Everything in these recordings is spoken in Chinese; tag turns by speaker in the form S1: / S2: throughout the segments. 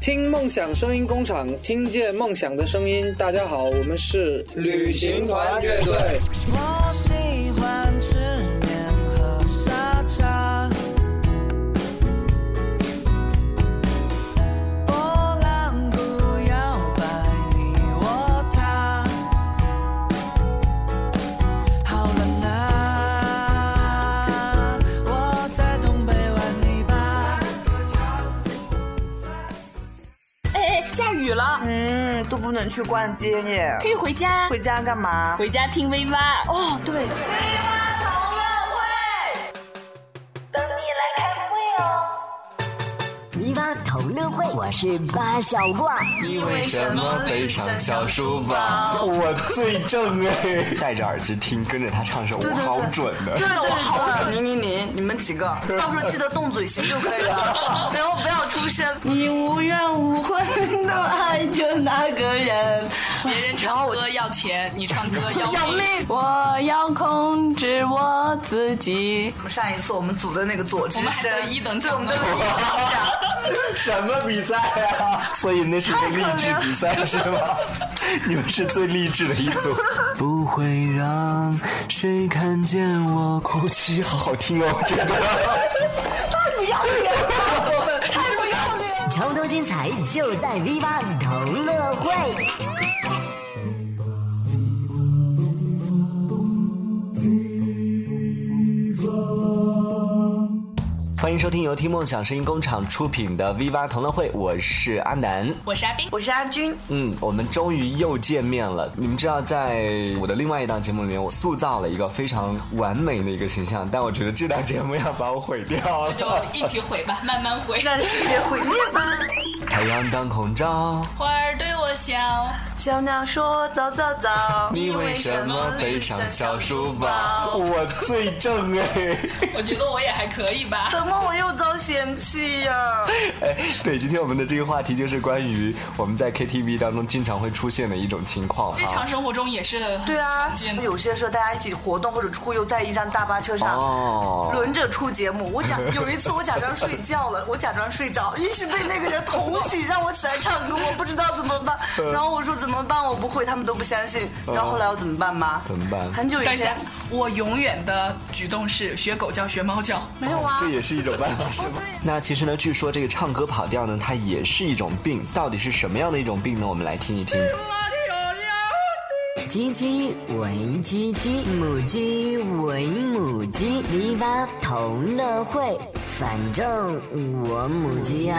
S1: 听梦想声音工厂，听见梦想的声音。大家好，我们是
S2: 旅行团乐队。
S3: 我喜欢吃面和沙茶，波浪鼓摇摆你我他。好了呐，我在东北玩泥巴。
S4: 哎哎，下雨了，
S5: 嗯，都不能去逛街耶。
S4: 可以回家，
S5: 回家干嘛？
S4: 回家听 V 八。
S5: 哦，对，
S6: 泥巴同乐会，我是八小怪。
S2: 你为什么背上小书包？
S7: 我最正哎！ 戴着耳机听，跟着他唱首，我好准啊的。
S5: 对我好准零零零，你们几个到时候记得动嘴型就可以 了，然后不要出声。你无怨无悔的爱着那个人，
S4: 别人唱歌要钱，你唱歌要
S5: 要命！！
S4: 我要控制我自己。
S5: 我们上一次我们组的那个左
S4: 我
S5: 之
S4: 们还
S5: 声，
S4: 得一等奖。
S7: 什么比赛啊？所以那是个励志比赛是吗？你们是最励志的一 组。不会让谁看见我哭泣，好好听哦，我觉得。
S6: 超多精彩就在 V 八同乐会。
S7: 欢迎收听由听梦想声音工厂出品的 V 八同乐会，我是阿南。
S4: 我是阿冰，
S5: 我是阿军，
S7: 嗯，我们终于又见面了。你们知道，在我的另外一档节目里面，我塑造了一个非常完美的一个形象，但我觉得这档节目要把我毁掉
S4: 就
S7: 了。
S4: 一起毁 吧，慢慢毁。
S5: 让世界毁灭吧！
S7: 太阳当空照，
S4: 花儿对我笑，
S5: 小鸟说早早早，
S7: 你
S4: 为什么背上小书包？
S7: 我最正 哎！
S4: 我觉得我也还可以吧。
S5: 怎么我又遭嫌弃呀、
S7: 哎，对，今天我们的这个话题就是关于我们在 KTV 当中经常会出现的一种情况
S4: 日
S7: 哈
S4: 常。生活中也是
S5: 对啊
S4: 见，
S5: 有些时候大家一起活动或者出游，在一张大巴车上。
S7: 哦，
S5: 轮着出节目，我假有一次我假装睡觉了， 我假装睡着，一直被那个人捅醒，让我起来唱歌，我不知道怎么办。
S7: 嗯
S5: 然后我说怎么办，我不会，他们都不相信。然后后来我怎么办吗？
S7: 怎么办
S5: 很久
S4: 等
S5: 以
S4: 一下
S5: 前，
S4: 我永远的举动是学狗叫，学猫叫。
S5: 没有啊哦
S7: 这，也是一种办法是吗？那其实呢，据说这个唱歌跑调呢，它也是一种病，到底是什么样的一种病呢？我们来听一听。
S6: 鸡鸡为鸡鸡，母鸡为母鸡，篱笆同乐会。反正我母鸡啊。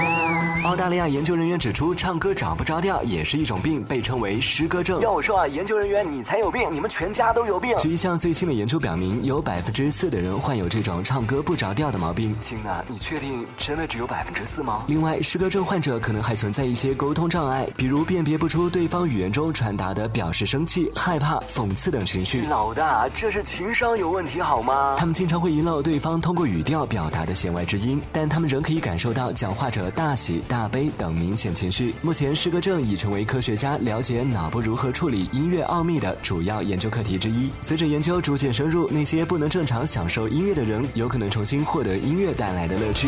S7: 澳大利亚研究人员指出，唱歌找不着调也是一种病，被称为失歌症。要我说啊，研究人员你才有病，你们全家都有病。据一项最新的研究表明，有百分之四的人患有这种唱歌不着调的毛病。亲啊，你确定真的只有百分之四吗？另外，失歌症患者可能还存在一些沟通障碍，比如辨别不出对方语言中传达的表示生气、害怕、讽刺等情绪。老大，这是情商有问题好吗？他们经常会遗漏对方通过语调表达的弦外之音，但他们仍可以感受到讲话者大喜、大悲等明显情绪。目前，诗歌症已成为科学家了解脑部如何处理音乐奥秘的主要研究课题之一。随着研究逐渐深入，那些不能正常享受音乐的人，有可能重新获得音乐带来的乐趣。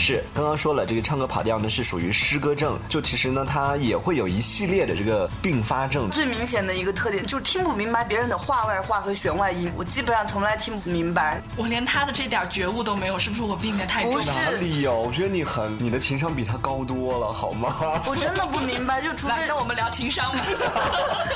S7: 是，刚刚说了，这个唱歌跑调呢是属于诗歌症，就其实呢，它也会有一系列的这个并发症。
S5: 最明显的一个特点就是听不明白别人的话外话和弦外音，我基本上从来听不明白。
S4: 我连他的这点觉悟都没有，是不是我病得太重
S5: 不是
S4: 了？
S7: 哪里有？我觉得你很，你的情商比他高多了，好吗？
S5: 我真的不明白，就除非
S4: 来，那我们聊情商吧。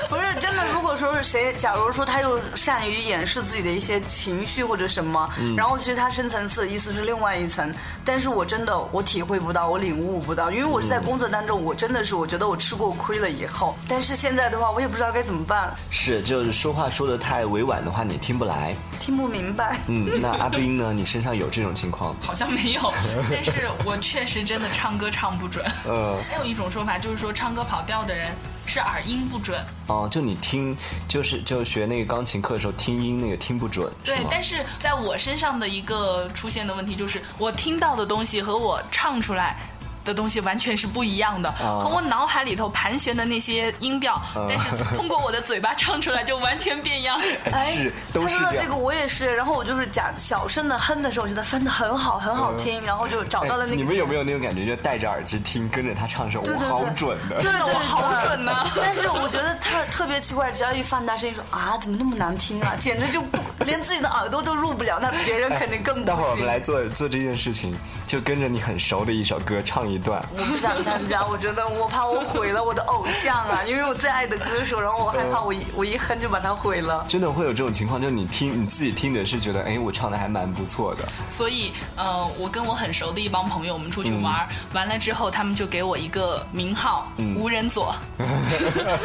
S5: 不是真的，如果说是谁，假如说他又善于掩饰自己的一些情绪或者什么，然后其实他深层次的意思是另外一层，但是我真的我体会不到，我领悟不到，因为我是在工作当中，我真的是我觉得我吃过亏了以后，但是现在的话，我也不知道该怎么办，
S7: 是，就是说话说的太委婉的话，你听不来。
S5: 听不明白。
S7: 嗯，那阿斌呢？你身上有这种情况？
S4: 好像没有，但是我确实真的唱歌唱不准。
S7: 呃，
S4: 还有一种说法就是说，唱歌跑调的人是耳音不准。
S7: 哦，就你听，就是就学那个钢琴课的时候，听音那个听不准，是
S4: 对
S7: 吗，？
S4: 但是在我身上的一个出现的问题就是，我听到的东西和我唱出来的东西完全是不一样的，
S7: 啊
S4: 和我脑海里头盘旋的那些音调，但是通过我的嘴巴唱出来就完全变 样。
S5: 哎
S7: 是都是
S5: 他说
S7: 这
S5: 到这个
S7: 样。
S5: 我也是，然后我就是假小声的哼的时候，我觉得哼的很好，很好听，然后就找
S7: 哎
S5: 到了那个。
S7: 你们有没有那种感觉，就戴着耳机听，跟着他唱的时候，
S5: 对
S7: 我
S5: 对对
S7: 好准的。
S5: 对对对
S4: 我好准呐
S5: 但是我觉得特特别奇怪，只要一放大声音说啊，怎么那么难听啊，简直就不连自己的耳朵都入不了，那别人肯定更不
S7: 哎待会儿我们
S5: 行。
S7: 来做做这件事情，就跟着你很熟的一首歌唱一段。
S5: 我不想参加，我觉得我怕我毁了我的偶像啊，因为我最爱的歌手，然后我害怕我一我一哼就把他毁了。
S7: 真的会有这种情况，就是你听你自己听着是觉得，哎，我唱的还蛮不错的。
S4: 所以，呃，我跟我很熟的一帮朋友，我们出去玩儿，完了之后，他们就给我一个名号“无人左”，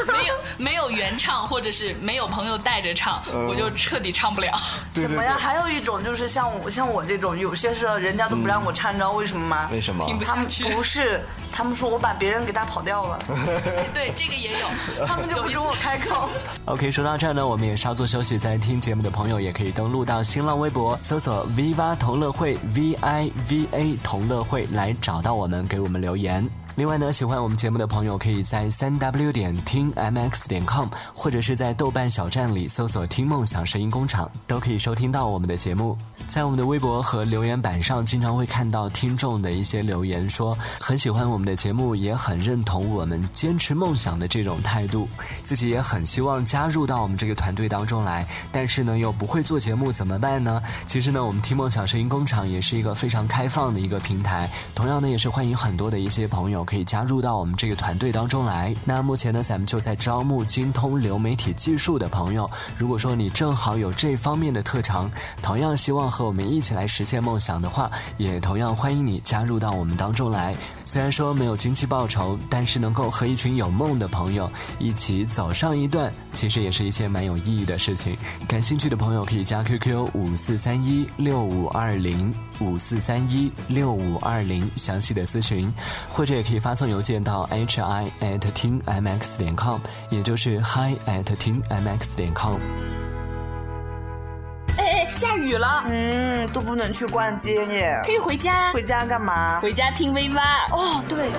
S4: 没有没有原唱，或者是没有朋友带着唱，我就彻底唱不了。
S7: 对
S5: 什
S7: 对
S5: 么
S7: 对
S5: 呀？，还有一种就是像我像我这种，有些时候人家都不让我唱，你知道为什么吗？
S7: 为什么？
S4: 听不
S5: 他们
S4: 下去
S5: 不是，他们说我把别人给打跑掉了，
S4: 对，这个也有，
S5: 他们就
S4: 有
S5: 不
S4: 一
S5: 准我开口。
S7: OK，说到这儿呢，我们也稍作休息。在听节目的朋友也可以登录到新浪微博，搜索 “Viva 同乐会 ”V I V A 同乐会来找到我们，给我们留言。另外呢，喜欢我们节目的朋友可以在三 w 点听 mx 点 com，或者是在豆瓣小站里搜索“听梦想声音工厂”，都可以收听到我们的节目。在我们的微博和留言板上，经常会看到听众的一些留言说，很喜欢我们的节目，也很认同我们坚持梦想的这种态度，自己也很希望加入到我们这个团队当中来，但是呢又不会做节目怎么办呢？其实呢，我们听梦想声音工厂也是一个非常开放的一个平台，同样呢也是欢迎很多的一些朋友可以加入到我们这个团队当中来。那目前呢，咱们就在招募精通流媒体技术的朋友，如果说你正好有这方面的特长，同样希望和我们一起来实现梦想的话，也同样欢迎你加入到我们当中来。虽然说没有经济报酬，但是能够和一群有梦的朋友一起走上一段，其实也是一件蛮有意义的事情。感兴趣的朋友可以加 QQ 五四三一六五二零五四三一六五二零详细的咨询，或者也可以发送邮件到 h i at 听 mx 点 com，也就是 hi at 听 mx 点 com。
S8: 哎哎，下雨了，
S5: 嗯，都不能去逛街耶。
S8: 可以回家，
S5: 回家干嘛？
S8: 回家听 V 八。
S5: 哦，对，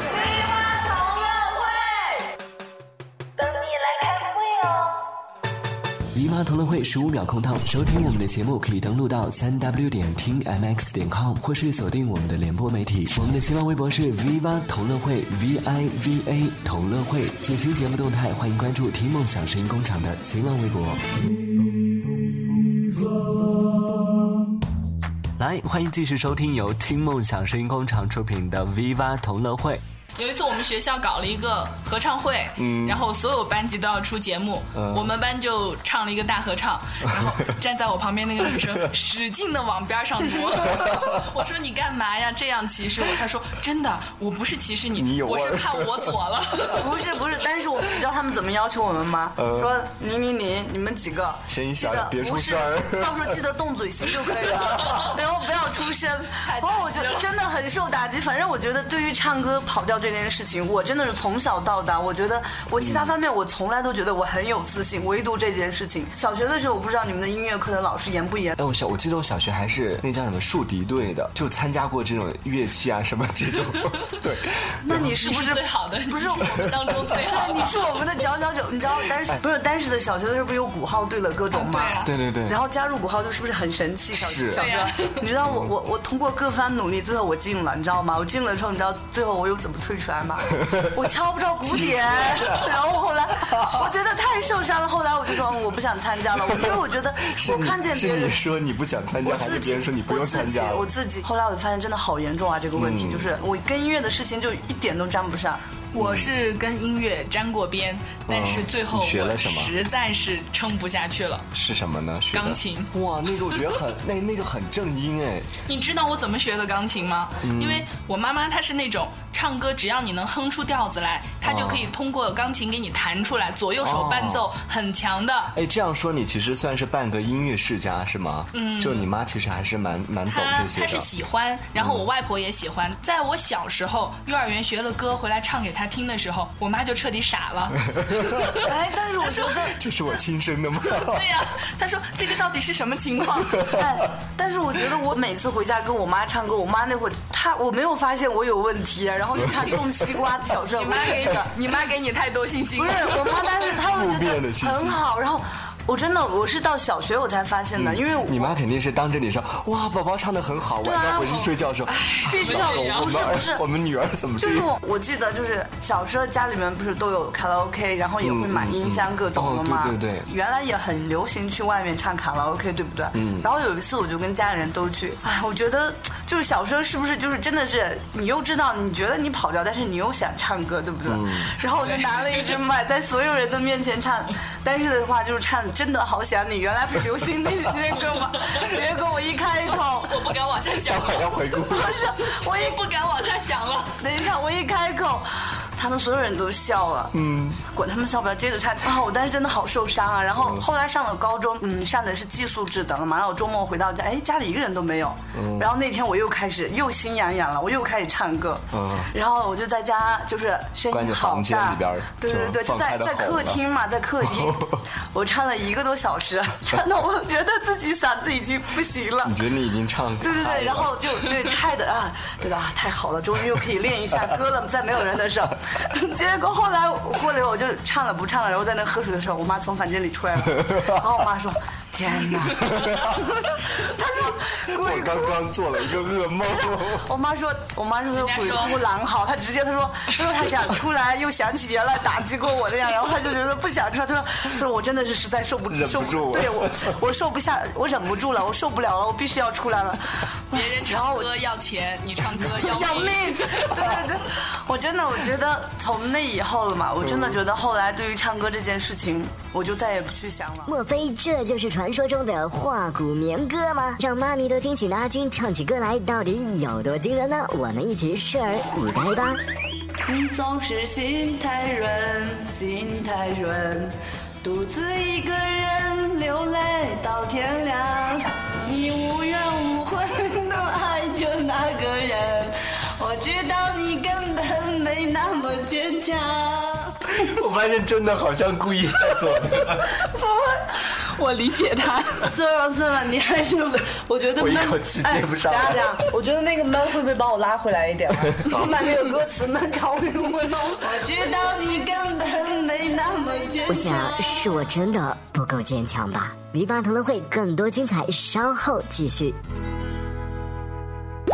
S7: 姨妈同乐会十五秒空档，收听我们的节目可以登录到三 w 点听 mx 点 com，或是锁定我们的联播媒体。我们的新浪微博是 viva 同乐会 v i v a 同乐会。最新节目动态，欢迎关注听梦想声音工厂的新浪微博。来，欢迎继续收听由听梦想声音工厂出品的 Viva 同乐会。
S4: 有一次我们学校搞了一个合唱会，
S7: 嗯
S4: 然后所有班级都要出节目，我们班就唱了一个大合唱，然后站在我旁边那个女生使劲的往边上 挪，我说你干嘛呀？这样歧视我？她说真的，我不是歧视你，
S7: 你有
S4: 我
S7: 味
S4: 是
S7: 儿
S4: 怕我左了。
S5: 不是不是，但是我你知道他们怎么要求我们吗？说你你你你们几个
S7: 声音
S5: 记
S7: 小点
S5: 得
S7: 别出
S5: 不是
S7: 声儿
S5: 到时候记得动嘴型就可以了，然后不要出声。然后我觉得真的很受打击。反正我觉得对于唱歌跑调这件事情，我真的是从小到大，我觉得我其他方面我从来都觉得我很有自信，唯独这件事情。小学的时候我不知道你们的音乐课的老师严不严，
S7: 哎，我小我记得我小学还是那叫什么竖笛队的，就参加过这种乐器啊什么这种。 对，
S5: 那你是
S4: 你
S5: 不
S4: 是
S5: 是
S4: 最好的，
S5: 不是
S4: 你我们当中最好
S5: 对， 你
S4: 的。
S5: 是我们的佼佼者，你知道当时不是当时的小学的时候不是有鼓号队了各种吗？
S4: 啊
S7: 哎对对对
S5: 然后加入鼓号队是不是很神奇？小
S7: 是嗯
S5: 小
S4: 对呀
S5: 学， 你知道我我我通过各番努力，最后我进了，你知道吗？我进了之后，你知道最后我又怎么退出来吗？我敲不着 鼓点， 然后后来我觉得太受伤了，后来我就说我不想参加了，我因为我觉得
S7: 是
S5: 我
S7: 你
S5: 看见别
S7: 是你
S5: 人。
S7: 说你不想参
S5: 我
S7: 加，还
S5: 自
S7: 是
S5: 己
S7: 别人说你不
S5: 我
S7: 用
S5: 自
S7: 参
S5: 己
S7: 加了？嗯
S5: 我自己。后来我发现真的好严重啊，这个问题、就是我跟音乐的事情就一点都沾不上。
S4: 我是跟音乐沾过边，但是最
S7: 嗯
S4: 后
S7: 你学了
S4: 我
S7: 什么
S4: 实在是撑不下去了，
S7: 是什么呢？学的
S4: 钢琴。
S7: 哇，那个我觉得很那那个很正音哎，
S4: 你知道我怎么学的钢琴吗？
S5: 嗯
S4: 因为我妈妈她是那种唱歌，只要你能哼出调子来，她就可以通过钢琴给你弹出来，左右手伴
S5: 哦
S4: 奏很强的。
S7: 哎，这样说你其实算是半个音乐世家是吗？嗯，就你妈其实还是蛮蛮懂
S4: 她
S7: 这些
S4: 她是
S7: 的。
S4: 喜欢，然后我外婆也喜欢。在我小时候，幼儿园学了歌回来唱给他听的时候，我妈就彻底傻 了。
S5: 哎，但是我觉得，
S7: 这是我亲生的吗？
S4: 对呀、她说这个到底是什么情况？
S5: 哎，但是我觉得我每次回家跟我妈唱歌，我妈那会儿她我没有发现我有问题，然后就唱种西瓜小镇，
S4: 你妈给
S5: 这个
S4: 你，你妈给你太多信心
S5: 不是
S4: 了。
S5: 我妈，但是她会
S7: 负面的信
S5: 觉
S7: 息
S5: 得很好，然后。我真的，我是到小学我才发现 的，因为我
S7: 嗯
S5: 啊
S7: 你妈肯定是当着你说，哇，宝宝唱的很好，晚上回去睡觉的时候，
S5: 哎必须要
S7: 老公我
S5: 不是
S7: 们
S5: 不是
S7: 儿我们女儿怎么这
S5: 就是
S7: 样？
S5: 我，我记得就是小时候家里面不是都有卡拉 OK，然后也会
S7: 嗯
S5: 买音箱各种的嘛。
S7: 嗯嗯哦对对对
S5: 原来也很流行去外面唱卡拉 OK，对不对？嗯。然后有一次我就跟家里人都去，哎，我觉得就是小时候是不是就是真的是你又知道你觉得你跑调，但是你又想唱歌，对不对？
S7: 嗯
S5: 然后我就拿了一支麦，在所有人的面 前唱，但是的话就是唱真的好想你，原来不流行那些歌 嘛。结果我一开口，
S4: 我不敢往下想，
S7: 好像回顾，
S5: 不是我一
S4: 不敢往下想了。
S5: 等一下，我一开口，他们所有人都笑了。嗯，管他们笑不笑，接着唱。啊，我当时真的好受伤啊。然后后来上了高中，嗯，上的是寄宿制的了嘛。然后我周末回到家，哎，家里一个人都没有。
S7: 嗯
S5: 然后那天我又开始又心痒痒了，我又开始唱歌。
S7: 嗯
S5: 然后我就在家就是声
S7: 关
S5: 音
S7: 着
S5: 好
S7: 房间
S5: 大
S7: 里边儿，
S5: 对对对，
S7: 就
S5: 就
S7: 放开
S5: 在
S7: 的
S5: 在
S7: 吼
S5: 客
S7: 了
S5: 厅嘛，在客 厅，我唱了一个多小时，唱到我觉得自己嗓子已经不行了
S7: 你。觉得你已经唱
S5: 对对
S7: 嗨了
S5: 对，然后就对嗨的啊，觉得啊太好了，终于又可以练一下歌了，在没有人的 时候。结果后来我过了一会儿，我就唱了不唱了，然后在那喝水的时候，我妈从房间里出来了，然后我妈说：“天哪！” 她说：“
S7: 我
S5: 鬼
S7: 刚刚做了一个噩梦，
S5: 我妈说，我妈是说
S4: 家
S5: 鬼
S4: 说
S5: 哭狼嚎，她直接她说，她说她想出来，又想起原来打击过我那样，然后她就觉得不想出来，她说，她说我真的是实在受不
S7: 忍不
S5: 受
S7: 住啊
S5: 对我我受不下，我忍不住了，我受不了了，我必须要 出来了。
S4: 别人
S5: 然后
S4: 唱
S5: 我
S4: 歌要钱，你唱歌要
S5: 要命！对对对，我真的我觉得从那以后了嘛，我真的觉得后来对于唱歌这件事情，我就再也不去想了。
S6: 莫非这就是传说中的化骨绵歌吗？让妈咪都惊喜的阿军唱起歌来到底有多惊人呢？我们一起拭而以待吧。
S5: 你总是心太软，心太软，独自一个人流泪到天亮。你无怨无悔的爱着那个人，我知道你根本没那么坚强。
S7: 我发现真的好像故意在做的，
S5: 我理解他。算了算了，你还是我觉得
S7: 我一
S5: 闷
S7: 口气接不上来
S5: 哎等一下等一下，我觉得那个闷会不会把我拉回来一点啊？慢那个歌词闷着会不会把我？我知道你根本没那么坚
S6: 我想是我真的不够坚强吧。黎巴同乐会更多精彩，稍后继续。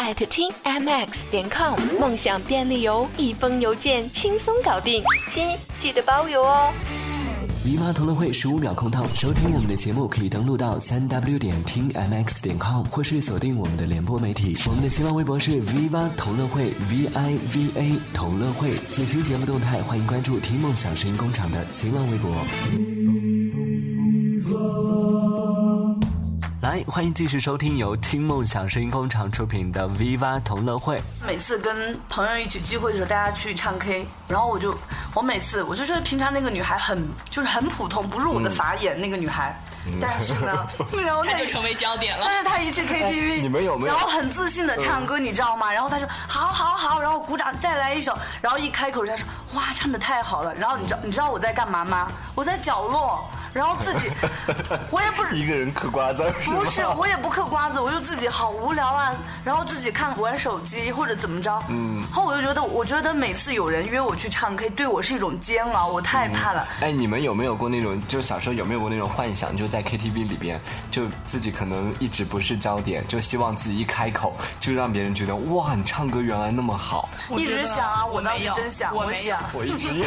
S9: 艾特听 mx 点 com，梦想便利邮，一封邮件轻松搞定。亲，记得包邮哦。
S7: 姨妈同乐会十五秒空档，收听我们的节目可以登录到三 w 点听 mx 点 com，或是锁定我们的联播媒体。我们的新浪微博是 viva 同乐会 v i v a 同乐会，最新节目动态欢迎关注听梦想声音工厂的新浪微博。来，欢迎继续收听由听梦想声音工厂出品的 Viva 同乐会。
S5: 每次跟朋友一起聚会的时候，大家去唱 K，然后我就，我每次我就觉得平常那个女孩很就是很普通，不入我的法眼、那个女孩，但是 呢，然后
S4: 他
S5: 那
S4: 就成为焦点了。
S5: 但是他一去 KTV，、
S7: 哎你们有没有
S5: 然后很自信的唱歌，你知道吗？然后他说好好好，然后鼓掌再来一首，然后一开口他说哇唱的太好了，然后你知道你知道我在干嘛吗？我在角落，然后自 己我也不
S7: 一个人嗑瓜子儿，
S5: 不是，我也不嗑瓜子，我就自己好无聊啊，然后自己看玩手机或者怎么着。嗯，后我就觉得，我觉得每次有人约我去唱 K，对我是一种煎熬，我太怕了。
S7: 哎，你们有没有过那种，就小时候有没有过那种幻想，就在 KTV 里边，就自己可能一直不是焦点，就希望自己一开口就让别人觉得哇，你唱歌原来那么好。
S5: 一直想啊，
S4: 我
S5: 我当时
S4: 没有
S5: 真 想，
S4: 我
S5: 我
S4: 没有
S5: 想，
S7: 我一直有，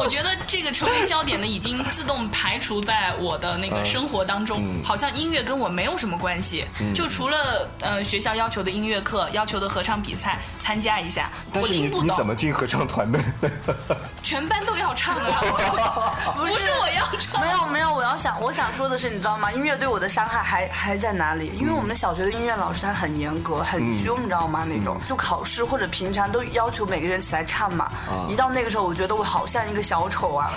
S4: 我觉得这个成为焦点的已经自动排除在我的那
S7: 嗯
S4: 个生活当中，好像音乐跟我没有什么关系。
S7: 嗯
S4: 就除了呃学校要求的音乐课、要求的合唱比赛参加一下，
S7: 但
S4: 我
S7: 是你
S4: 听不
S7: 你怎
S4: 懂，
S7: 么进合唱团的？
S4: 全班都要唱 啊，不是我要唱。
S5: 没有没有，我要想我想说的是，你知道吗？音乐对我的伤害还还在哪里？因为我们小学的音乐老师他很严格、很凶，你知道吗？那种
S7: 嗯
S5: 就考试或者平常都要求每个人起来唱嘛。
S7: 啊
S5: 一到那个时候，我觉得我好像一个小丑 啊，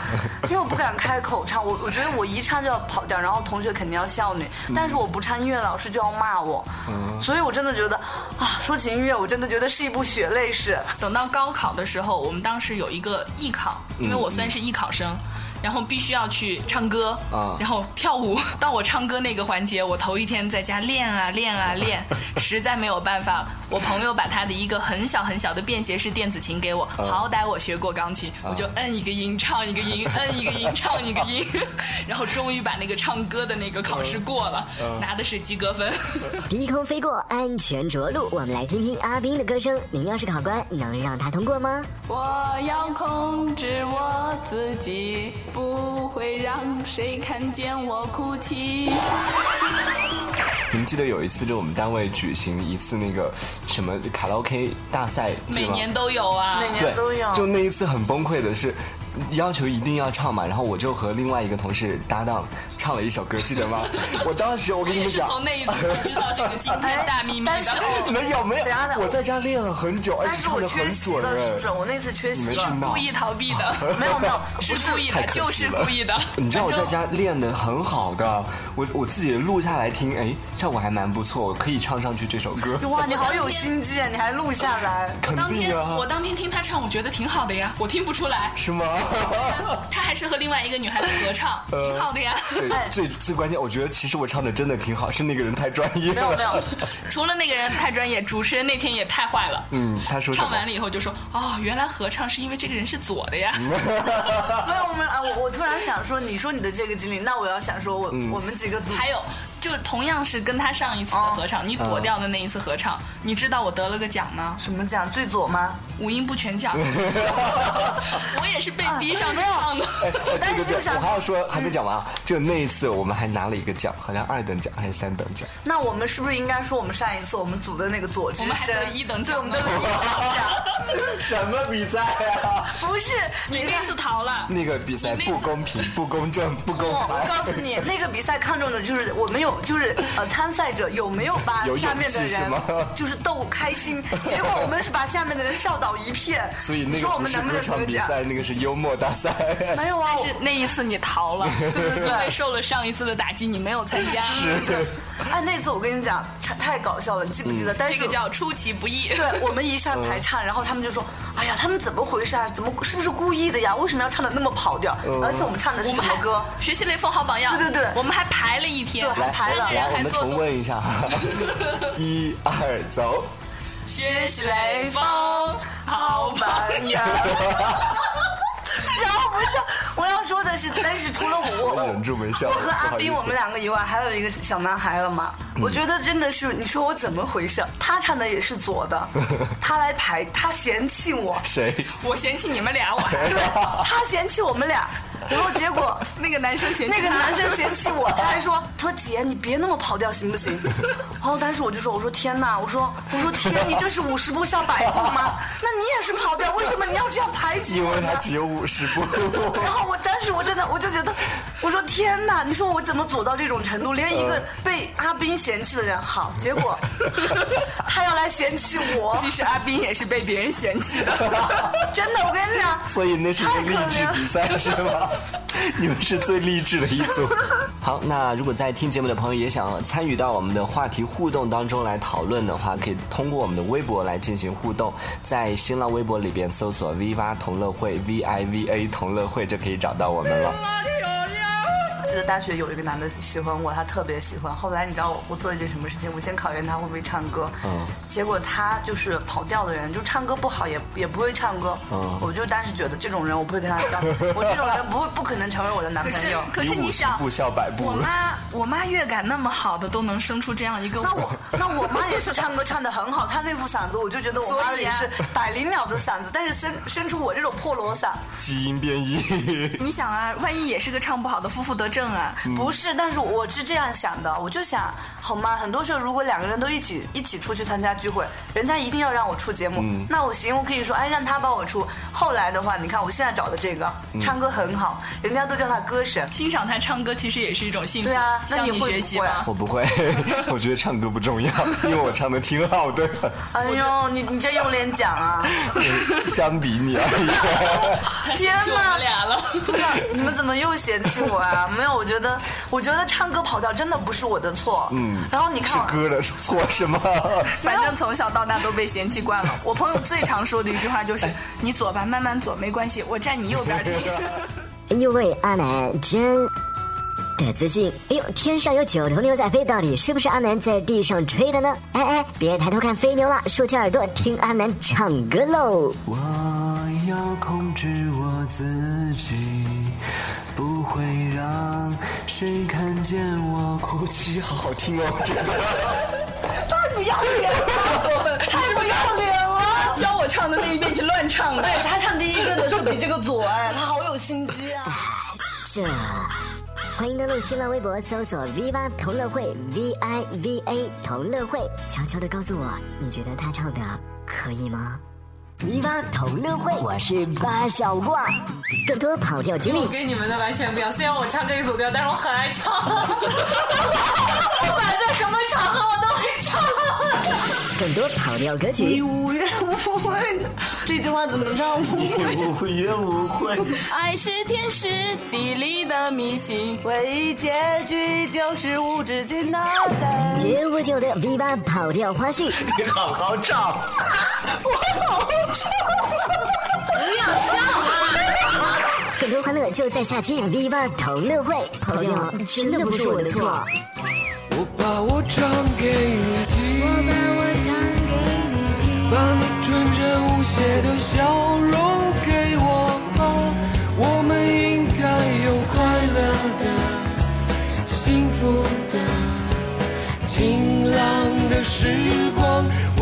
S5: 因为我不敢开口唱，我我觉得我一唱就要跑掉，然后同学肯定要笑你，
S7: 嗯
S5: 但是我不唱，音乐老师就要骂我，所以我真的觉得啊，说起音乐，我真的觉得是一部血泪史。
S7: 啊
S4: 等到高考的时候，我们当时有一个艺考，因为我算是艺考生。然后必须要去唱歌，
S7: 啊
S4: 然后跳舞。 到我唱歌那个环节，我头一天在家练啊练啊练，实在没有办法。我朋友把他的一个很小很小的便携式电子琴给我，好歹我学过钢琴，我就摁一个音唱一个音，摁一个音唱一个音，然后终于把那个唱歌的那个考试过了，拿的是及格分。
S6: 低空飞过，安全着陆。我们来听听阿斌的歌声。您要是考官，能让他通过吗？
S2: 我要控制我自己，不会让谁看见我哭泣。
S7: 你们记得有一次，就我们单位举行一次那个什么卡拉 OK 大赛，
S4: 每
S7: 记得吗
S4: 年都有啊，
S5: 每年都有
S7: 对，，就那一次很崩溃的是，要求一定要唱嘛，然后我就和另外一个同事搭档唱了一首歌，记 得吗？我当时我跟你
S4: 也
S7: 们
S4: 是
S7: 讲，
S4: 从那一次才知道这个惊
S7: 哎
S4: 天大秘密
S5: 但是
S4: 的。
S7: 你们有没有
S5: 等一下？等
S7: 我在家练了很久，而
S5: 但
S7: 且
S5: 是
S7: 唱
S5: 我
S7: 的
S5: 缺
S7: 很
S5: 席
S7: 准
S5: 了，是
S7: 哎
S5: 不是？我那次缺
S7: 你
S5: 席
S7: 没
S5: 了
S7: 听。到
S4: 故。意逃避 的，
S5: 没有没有，
S4: 是
S5: 不是
S4: 故意
S7: 太
S4: 的，
S7: 可惜
S4: 就是
S7: 了
S4: 故意的。
S7: 你知道我
S4: 反
S7: 在
S4: 正
S7: 家练的很好的，我我自己录下来听，哎，效果还蛮不错，我可以唱上去这首歌，
S5: 哇，你好有心机啊！你还录下来，
S7: 肯
S4: 当天
S7: 定啊
S4: 哦我，当天听他唱，我觉得挺好的呀，我听不出来。
S7: 是 吗？
S4: 他还是和另外一个女孩子合唱，
S7: 呃
S4: 挺好 的呀。
S7: 对，
S5: 哎
S7: 最最关键，我觉得其实我唱的真的挺好，是那个人太专业
S5: 没有没
S7: 了。
S5: 有，
S4: 除了那个人太专业，主持人那天也太坏了。
S7: 嗯，他说什
S4: 唱
S7: 么？
S4: 完了以后就说：“哦，原来合唱是因为这个人是左的呀。
S5: 没有我们啊！我我突然想说，你说你的这个经历，那我要想说我
S7: 嗯
S5: 我们几个组”
S4: 还有，就同样是跟他上一次的合唱，你躲掉的那一次合唱，你知道我得了个奖吗？
S5: 什么奖最左吗？
S4: 五音不全奖。我也是被逼上去唱的。
S7: 哎对
S5: 但是
S7: 对
S5: 就
S7: 对，
S5: 想嗯
S7: 我还要说，还没讲完啊！就那一次，我们还拿了一个奖，好像二等奖还是三等奖。
S5: 那我们是不是应该说我们上一次我们组的那个左 之
S4: 我们还
S5: 声？
S4: 得一等奖
S5: 对，我们得了
S4: 呢
S5: 一等奖。
S7: 什么比赛啊？
S5: 不是，
S4: 你那次逃了，
S7: 那个比赛
S4: 你那次
S7: 不公平、不公正、不公
S5: 哦我我
S7: 开。
S5: 告诉你，那个比赛看重的就是我们有，就是呃参赛者有没有把
S7: 有勇
S5: 下面的
S7: 气是
S5: 人
S7: 吗
S5: 就是逗开 心，结果我们是把下面的人笑倒一片。
S7: 所以那个
S5: 你说我
S7: 不
S5: 们
S7: 是
S5: 能不
S7: 歌
S5: 能
S7: 唱
S5: 得
S7: 比
S5: 奖？
S7: 赛，那个是幽默大赛。
S5: 没有啊，
S4: 但
S5: 我
S4: 是那一次你逃了，对对对，因为受了上一次的打击，你没有参加。是，嗯
S5: 哎，那次我跟你讲，太太搞笑了，你记不记得？但
S4: 这
S5: 是
S4: 个叫出其不意。
S5: 对我们一上
S7: 嗯
S5: 台唱，然后他们就说：“哎呀，他们怎么回事啊？怎么是不是故意的呀？为什么要唱的那么跑调？
S7: 嗯
S5: 而且我们唱的是
S4: 我
S5: 什
S4: 们
S5: 么
S4: 还
S5: 歌？
S4: 学习雷锋好榜样。
S5: 对对对
S4: 我们还排了一天，
S5: 对还排了
S4: 三个人
S7: 来，我
S4: 还
S7: 们
S4: 做
S7: 重
S4: 动
S7: 问一下，啊 一二走。
S4: 学习雷锋好榜样。
S5: 哎呀！ 然后不是，我要说的是，但是除了我，
S7: 我
S5: 我
S7: 忍住没笑
S5: 我和
S7: 不好
S5: 哦
S7: 意
S5: 阿斌
S7: 思嗯
S5: 我们两个以外，还有一个小男孩了嘛。我觉得真的是，你说我怎么回事？他唱的也是左的，他来排，他嫌 弃我，
S7: 谁？
S4: 我嫌弃你们俩，我还
S5: 对，他嫌弃我们俩，然后结果
S4: 那个男生嫌弃
S5: 那个男生嫌弃我，他还说：“他说姐，你别那么跑调行不行？”然后当时我就说：“我说天哪，我说我说天，你这是五十步笑百步吗？那你也是跑调，为什么你要这样排挤
S7: 因
S5: 我
S7: 为
S5: 呢
S7: 他只有五 十步。？”
S5: 然后我当时我真的我就觉得，我说天哪，你说我怎么左到这种程度？连一
S7: 嗯
S5: 个被阿斌嫌弃的人，好，结 果他要来嫌弃我，
S4: 其实阿斌也是被别人嫌弃的。
S5: 真的，我跟你讲，
S7: 啊所以那是一个
S5: 太可
S7: 励志
S5: 怜了
S7: 比赛是吗？你们是最励志的一 组。好，那如果在听节目的朋友也想参与到我们的话题互动当中来讨论的话，可以通过我们的微博来进行互动，在新浪微博里边搜索 “V 八同乐会 ”V I V A 同乐会就可以找到我们了。
S5: 记得大学有一个男的喜欢我，他特别喜欢。后来你知道我我做了一件什么事情？我先考验他会不会唱歌。
S7: 嗯
S5: 结果他就是跑调的人，就唱歌不好，也也不会唱歌。
S7: 嗯
S5: 我就当时觉得这种人我不会跟他交往，我这种人不会不可能成为我的男
S4: 可
S5: 朋
S4: 是
S5: 友。
S4: 可是你想
S7: 五十，步笑百步
S4: 我妈我妈乐感那么好的都能生出这样一个
S5: 那我那我妈也是唱歌唱的很好，她那副嗓子，我就觉得我妈
S4: 所以
S5: 也
S4: 啊
S5: 是百灵鸟的嗓子，但是生生出我这种破锣嗓，
S7: 基因变异，
S4: 你想啊，万一也是个唱不好的，负负得正啊。
S7: 嗯
S5: 不是，但是我是这样想的，我就想，好吗？很多时候，如果两个人都一起一起出去参加聚会，人家一定要让我出节目，
S7: 嗯
S5: 那我行，我可以说，哎，让他帮我出。后来的话，你看我现在找的这个，
S7: 嗯
S5: 唱歌很好，人家都叫他歌神。
S4: 欣赏她唱歌其实也是一种幸福。
S5: 对啊那
S4: 向
S5: 你
S4: 你
S5: 会
S4: 学
S5: 不
S4: 习
S5: 会
S4: 吗？
S7: 我不会，我觉得唱歌不重要， 因为我唱的挺好的，
S5: 哎呦，你你这用脸讲啊！
S7: 相比你而言。
S4: 她嫌弃我
S5: 天哪
S4: 们俩了。
S5: 不是你们怎么又嫌弃我 啊？没有，我觉得，我觉得唱歌跑调真的不是我的错。嗯，然后你
S7: 是
S5: 看我，
S7: 歌的错是吗？
S4: 反正从小到大都被嫌弃惯了。我朋友最常说的一句话就是：“
S7: 哎
S4: 你左吧，慢慢左，没关系，我站你右 边听。
S6: 哎呦喂，阿南真得自信！哎呦，天上有九头牛在飞，到底是不是阿南在地上吹的呢？哎哎，别抬头看飞牛啦，竖起耳朵听阿南唱歌喽！
S7: 我要控制我自己，不会让谁看见我哭泣。好好听哦，这个。
S5: 太不要脸了！”
S4: 教我唱的那一遍是乱唱的。
S5: 啊哎，他唱第一个的时候比这个左，哎，他好有心机啊！
S6: 这，欢迎登录新浪微博搜索 V 八同乐会 V I V A 同乐会，悄悄的告诉我，你觉得他唱的可以吗？V 八同乐会，我是八小挂，更多跑调经历
S8: 我跟你们的完全不一样，虽然我唱这一组调，但是我很爱唱， 不管在什么场合我都会唱。
S6: 更多跑调歌曲，
S5: 无怨无悔呢，这句话怎么唱？
S7: 你误会，误会。
S4: 爱是天时地利的迷信，
S5: 唯一结局就是无止境的等。
S6: 绝无九的 V 八跑调花絮，
S7: 你好好唱。
S6: 更多欢乐就在下期 V 八同乐会。跑调真的不是我的错。
S3: 我把我唱给你听，我把我唱给你听，把你纯真无邪的笑容给我吧，我们应该有快乐的、幸福的、晴朗的时光。我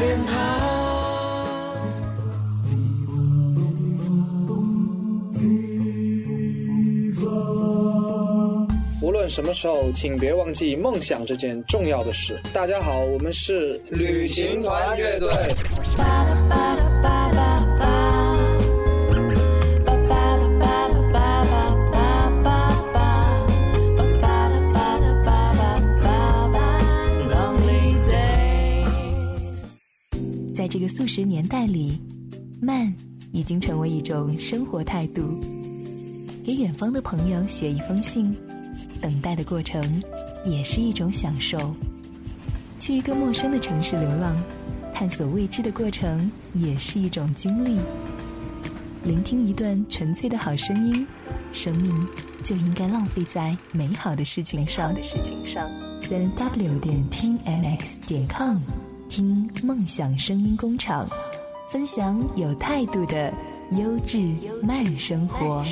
S3: 脸庞。
S1: 无论什么时候，请别忘记梦想这件重要的事。大家好，我们是旅行团乐队。
S10: 在这个速食年代里，慢已经成为一种生活态度。给远方的朋友写一封信，等待的过程也是一种享受。去一个陌生的城市流浪，探索未知的过程也是一种经历。聆听一段纯粹的好声音，生命就应该浪费在美好的事情上。三 w 点听 mx 点 com，听梦想声音工厂，分享有态度的优质慢生活。